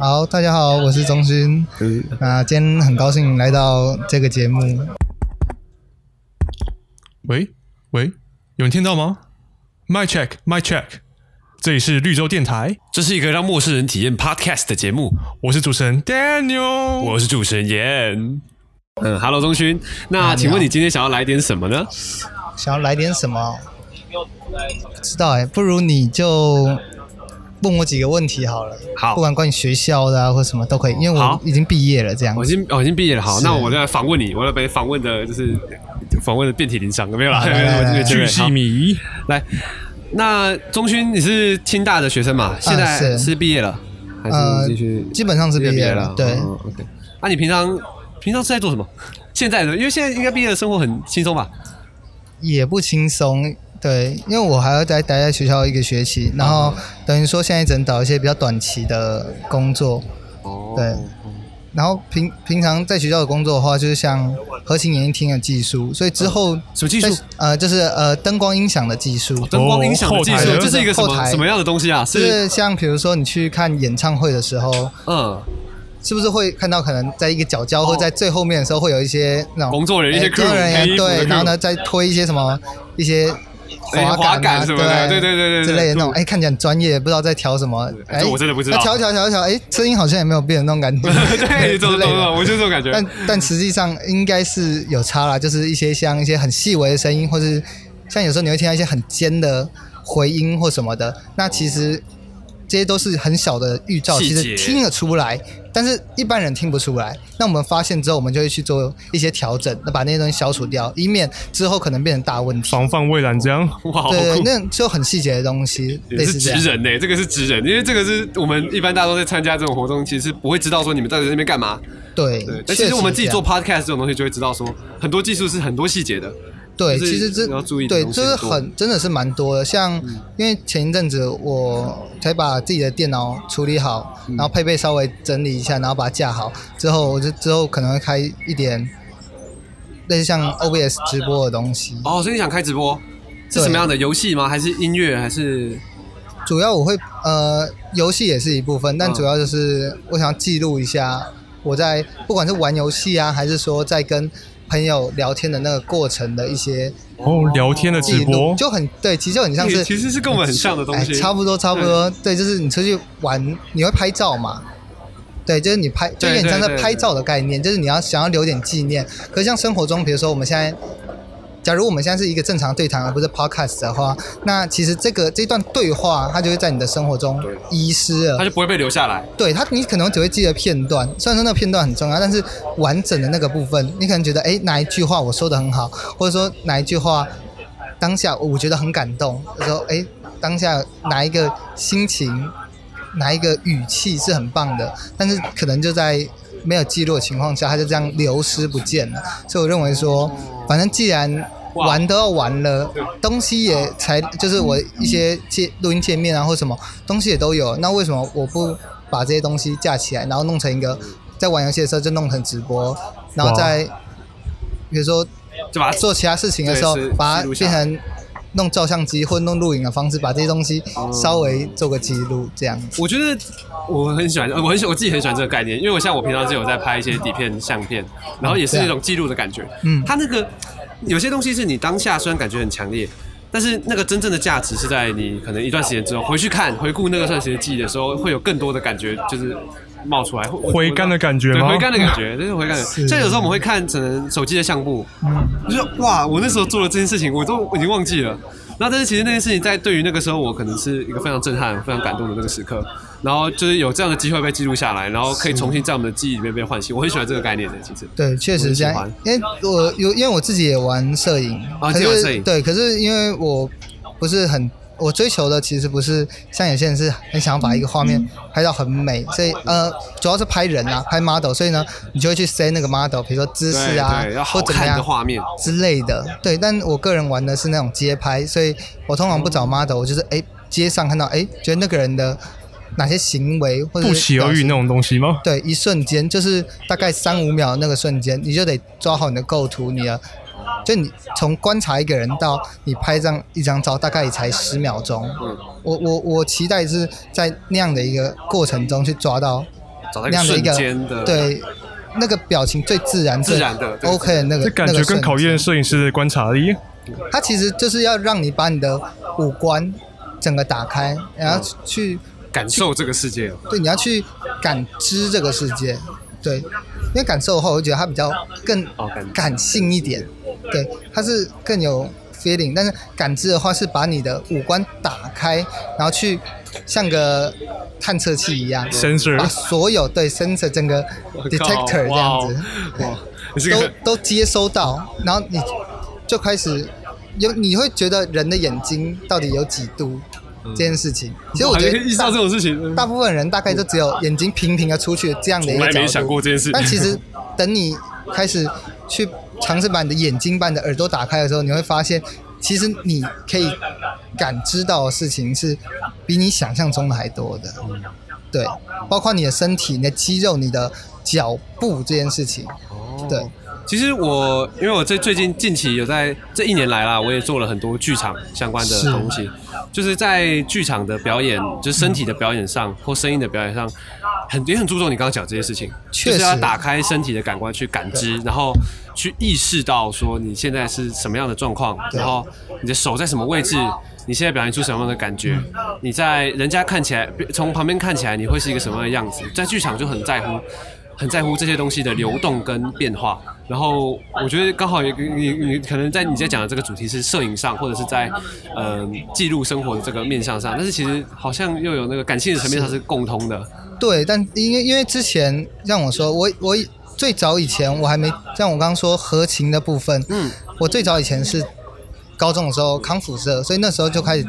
好，大家好，我是钟勋。嗯那今天很高兴来到这个节目。喂喂，有人听到吗？My check, my check，这里是绿洲电台，这是一个让陌生人体验 podcast 的节目，我是主持人 Daniel。我是主持人严。嗯，Hello，钟勋。啊那请问你今天想要来点什么呢？想要来点什么？不知道哎、不如你就问我几个问题好了。好不管关于学校的啊，或什么都可以，因为我好已经毕业了，这样我已。经哦我已经毕业了，好，是那我来访问你，我来被访问的就是访问的遍体鳞伤，没有啦，啊来来来来巨细好迷，来，那钟勋你是清大的学生嘛？现在啊是是毕业了还呃是继续？基本上是毕业了，对。哦，OK。那你平常平常是在做什么？现在的，因为现在应该毕业的生活很轻松吧？也不轻松。对，因为我还要再待在学校一个学期，嗯然后等于说现在只能找一些比较短期的工作。哦对然后平平常在学校的工作的话，就是像核心演艺厅的技术，所以之后什么嗯技在术？哦呃，就是呃灯光音响的技术，灯光音响的技后术台，的这是一个什哦后么台什么样的东西啊？就是是像比如说你去看演唱会的时候，嗯， 是不是会看到可能在一个角角或在最后面的时候会有一些那种哦工作人员哎一些 crew，工作人黑衣员服的对， crew 然后呢再推一些什么一些。哎滑滑啊，杆什么的对对对对对之类的那种，对哎，看起来很专业，不知道在调什么，哎哎，这我真的不知道那调一调调一调，哎，声音好像也没有变的那种感觉， 对，懂 之懂类的懂，我就这种感觉。但但实际上应该是有差啦，就是一些像一些很细微的声音，或是像有时候你会听到一些很尖的回音或什么的，那其实这些都是很小的预兆，细其节实听得出来，但是一般人听不出来。那我们发现之后，我们就会去做一些调整，那把那些东西消除掉，以免之后可能变成大问题。防范未然，这样哇，好对，酷！那就很细节的东西，类也是似这职样。人呢、欸这个是职人，因为这个是我们一般大家都在参加这种活动，其实不会知道说你们到底在那边干嘛。对对，，但确其实实我们自己这样做 podcast 这种东西就会知道说，很多技术是很多细节的。对，就是其实这要注意的对，东西就是很多嗯很真的是蛮多的。像因为前一阵子我才把自己的电脑处理好，嗯然后配备稍微整理一下，然后把它架好之后，我就之后可能会开一点类似像 OBS 直播的东西。哦，所以你想开直播是对什么样的游戏吗？还是音乐？还是主要我会呃，游戏也是一部分，但嗯主要就是我想要记录一下我在不管是玩游戏啊，还是说在跟朋友聊天的那个过程的一些哦，聊天的直记播录，就很对，其实就很像是其实是跟我们很像的东哎，西，差不多，差不多。对，就是你出去玩，你会拍照嘛？对，就是你拍，就有点像在对对拍照的概念，就是你要想要留点纪念。可是像生活中，比如说我们现在，假如我们现在是一个正常对谈，而不是 podcast 的话，那其实这个这段对话，它就会在你的生活中遗失了。它就不会被留下来。对它，你可能只会记得片段，虽然说那个片段很重要，但是完整的那个部分，你可能觉得，哎，哪一句话我说的很好，或者说哪一句话当下我觉得很感动，就说，哎，当下哪一个心情，哪一个语气是很棒的，但是可能就在没有记录的情况下，它就这样流失不见了。所以我认为说，反正既然哇玩都要玩了，东西也才就是我一些界录音界面啊或什么东西也都有，那为什么我不把这些东西架起来，然后弄成一个在玩游戏的时候就弄成直播，然后哇再比如说就把它啊做其他事情的时候对是，把记它录下变来成弄照相机或弄录影的方式，把这些东西嗯稍微做个记录，这样子。我觉得我很喜欢，呃我很喜，我自己很喜欢这个概念，因为我像我平常是有在拍一些底片、相片，然后也是那种记录的感觉。嗯它那个有些东西是你当下虽然感觉很强烈，但是那个真正的价值是在你可能一段时间之后回去看、回顾那个段时间记忆的时候，会有更多的感觉，就是冒出来，或回甘的感觉对吗？回甘的感觉，就是回甘的。是像有时候我们会看可能手机的相簿，嗯，我就说哇，我那时候做了这件事情，我都已经忘记了。然后，但是其实那件事情在对于那个时候，我可能是一个非常震撼、非常感动的那个时刻。然后就是有这样的机会被记录下来，然后可以重新在我们的记忆里面被唤醒。我很喜欢这个概念的，其实。对，确实这我很样喜。因为我有，因为我自己也玩摄影，可啊自己玩是摄影对，可是因为我不是很。我追求的其实不是像有些人是很想把一个画嗯面拍到很美，所以呃，主要是拍人啊，拍 model，所以呢，你就会去塞那个 model，比如说姿势啊对对，要，好或怎么看样的，画面。之类的。对，但我个人玩的是那种街拍，所以我通常不哦找 model，我就是哎、街上看到哎、觉得那个人的哪些行为或者不期而遇那种东西吗？对，一瞬间就是大概三五秒那个瞬间，你就得抓好你的构图，你的就你从观察一个人到你拍张一张照，大概也才十秒钟。嗯我我我期待是在那样的一个过程中去抓到找到那一个样的一瞬个间的对那个表情最自然、自然的最 OK 的那个这感那觉个跟考瞬验摄影师的观察力。间它其实就是要让你把你的五官整个打开，然后去、感受这个世界。对你要去感知这个世界，对，因为感受的话，我会觉得它比较更哦感感性一点，对，它是更有 feeling，但是感知的话是把你的五官打开，然后去像个探测器一样 Sensor 把所有对 sensor 整个我靠 detector 这哇样哦子。哇， 你是都个都接收到，然后你就开始有你会觉得人的眼睛到底有几度这件事情。其实我嗯还 觉可以得意识到这种事情，嗯大部分人大概就只有眼睛平平的出去这样的一从个来角没想度，过这件事。但其实等你开始去尝试把你的眼睛、把你的耳朵打开的时候，你会发现。其实你可以感知到的事情是比你想象中的还多的，嗯对，包括你的身体、你的肌肉、你的脚步这件事情，哦对，其实我因为我最最近近期有在这一年来啦，我也做了很多剧场相关的是东西，就是在剧场的表演，就是身体的表演上或声音的表演上，很也很注重你刚刚讲这些事情，确就是要实打开身体的感官去感知，然后去意识到说你现在是什么样的状况，对然后你的手在什么位置。你现在表现出什么样的感觉？嗯你在人家看起来，从旁边看起来，你会是一个什么样的样子？在剧场就很在乎很在乎这些东西的流动跟变化。然后我觉得刚好也你你可能在你在讲的这个主题是摄影上，或者是在呃记录生活的这个面向上，但是其实好像又有那个感性的层面上是共通的。对，但因为因为之前让我说，我我最早以前我还没像我刚刚说合情的部分，嗯，我最早以前是高中的时候康复社，所以那时候就开始，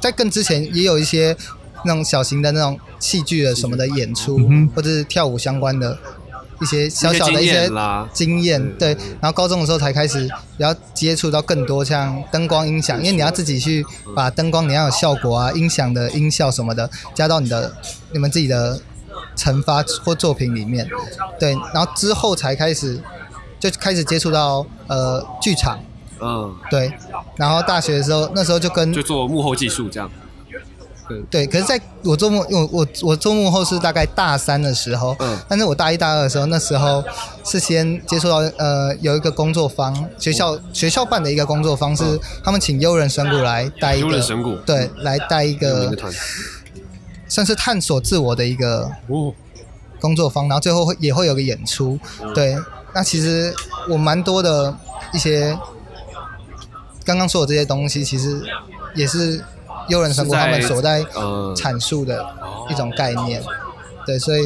在更之前也有一些那种小型的那种戏剧的什么的演出，嗯哼或者是跳舞相关的一些小小的一经些验啦，经验，对。然后高中的时候才开始，然后接触到更多像灯光音响，因为你要自己去把灯光，你要有效果啊，音响的音效什么的，加到你的你们自己的惩罚或作品里面，对。然后之后才开始就开始接触到呃剧场，嗯，对。然后大学的时候，那时候就跟就做幕后技术这样。对，可是在我做幕，我我我做幕后是大概大三的时候，嗯但是我大一大二的时候，那时候是先接触到呃有一个工作坊，学校学校办的一个工作坊是、他们请悠人神谷来带一幽个嗯人神谷对，来带一有名的个团算是探索自我的一个哦，工作坊，然后最后会也会有个演出，嗯对，那其实我蛮多的一些刚刚说的这些东西，其实也是悠人神谷他们是在所在呃，阐述的哦一种概念，对，所以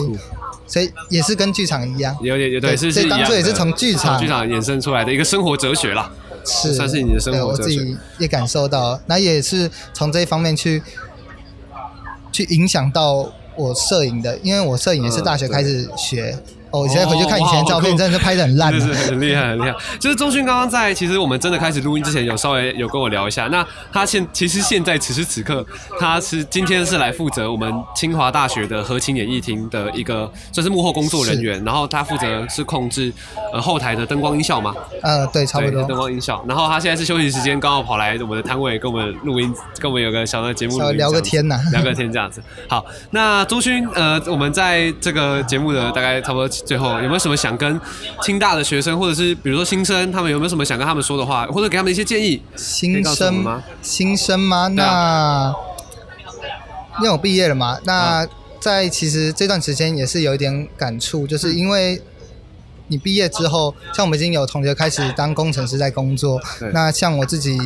所以也是跟剧场一样，有点有对，是所是以一当样初也是的从剧场剧场衍生出来的一个生活哲学 啦。是算是你的生活对我哲自学己也感受到，那也是从这一方面去去影响到我摄影的，因为我摄影也是嗯大学开始学。哦，我现在哦回去看以前的照哇好酷片，真的是拍的很烂真啊的。是很厉害，很厉害。就是钟勋刚刚在，其实我们真的开始录音之前，有稍微有跟我聊一下。那他现其实现在此时此刻，他是今天是来负责我们清华大学的和情演艺厅的一个算是幕后工作人员，然后他负责是控制呃后台的灯光音效嘛，呃，对，差不对，是灯多。光音效。然后他现在是休息时间，刚好跑来我们的摊位跟我们录音，跟我们有个小的节目录稍微音聊个这样子天 呐。聊个天这样子。好，那钟勋，呃，我们在这个节目的大概差不多最后，有没有什么想跟清大的学生，或者是比如说新生，他们有没有什么想跟他们说的话，或者给他们一些建议？可以新告诉我们生吗新生吗？对那啊因为我毕业了嘛，那在其实这段时间也是有一点感触，嗯就是因为你毕业之后，像我们已经有同学开始当工程师在工作对，那像我自己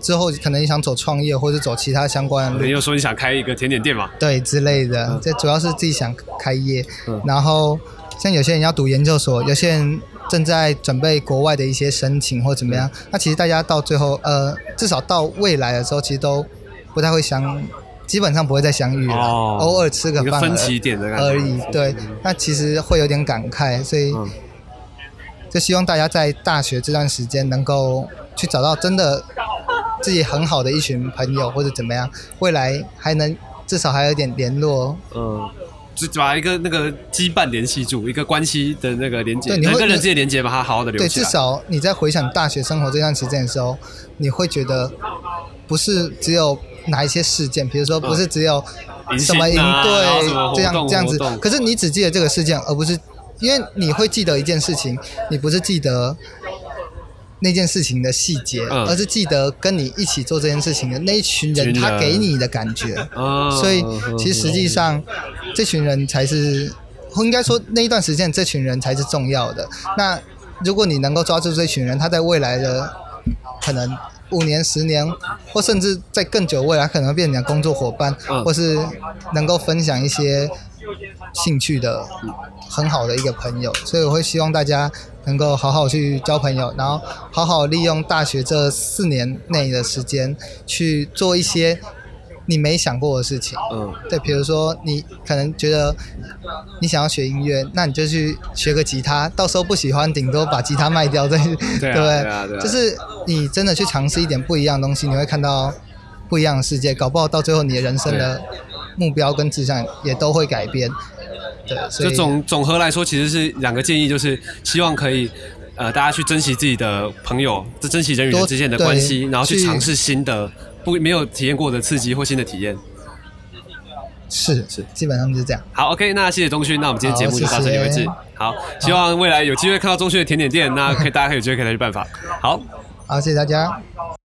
之后可能也想走创业或者走其他相关的路你，又说你想开一个甜点店嘛？对之类的嗯，这主要是自己想开业嗯，然后像有些人要读研究所，有些人正在准备国外的一些申请或怎么样，嗯那其实大家到最后，呃，至少到未来的时候，其实都不太会相，基本上不会再相遇了，哦偶尔吃个一个饭分而歧点的感觉而已，对，那其实会有点感慨，所以嗯就希望大家在大学这段时间能够去找到真的自己很好的一群朋友或者怎么样，未来还能至少还有点联络，嗯。就把一个那个羁绊联系住，一个关系的那个连接，对你人会跟人之间的连接，把它好好的留对，起至来。少你在回想大学生活这段时间的时候，你会觉得不是只有哪一些事件，比如说不是只有嗯迎什么营新啊然后队什么活这样动这样子活动。可是你只记得这个事件，而不是因为你会记得一件事情，你不是记得那件事情的细节，嗯而是记得跟你一起做这件事情的那一群人，群人他给你的感觉。啊所以其实实际上，这群人才是，应该说那一段时间这群人才是重要的。那如果你能够抓住这群人，他在未来的可能五年、十年，或甚至在更久未来，可能会变成你的工作伙伴，嗯或是能够分享一些兴趣的很好的一个朋友。所以我会希望大家能够好好去交朋友，然后好好利用大学这四年内的时间去做一些你没想过的事情。嗯对，比如说你可能觉得你想要学音乐，那你就去学个吉他，到时候不喜欢，顶多把吉他卖掉，对对啊不对啊对啊就是你真的去尝试一点不一样的东西，你会看到不一样的世界，搞不好到最后你的人生的目标跟志向也都会改变。对，所就以总总和来说，其实是两个建议，就是希望可以呃大家去珍惜自己的朋友，这珍惜人与人多之间的关系，对然后去去尝试新的不没有体验过的刺激或新的体验。是是基本上就是这样。好，OK，那谢谢钟勋，那我们今天节目就到这里为谢止谢。好，希望未来有机会看到钟勋的甜点店，那可以大家可以有机会可以来去拜访。好。好，谢谢大家。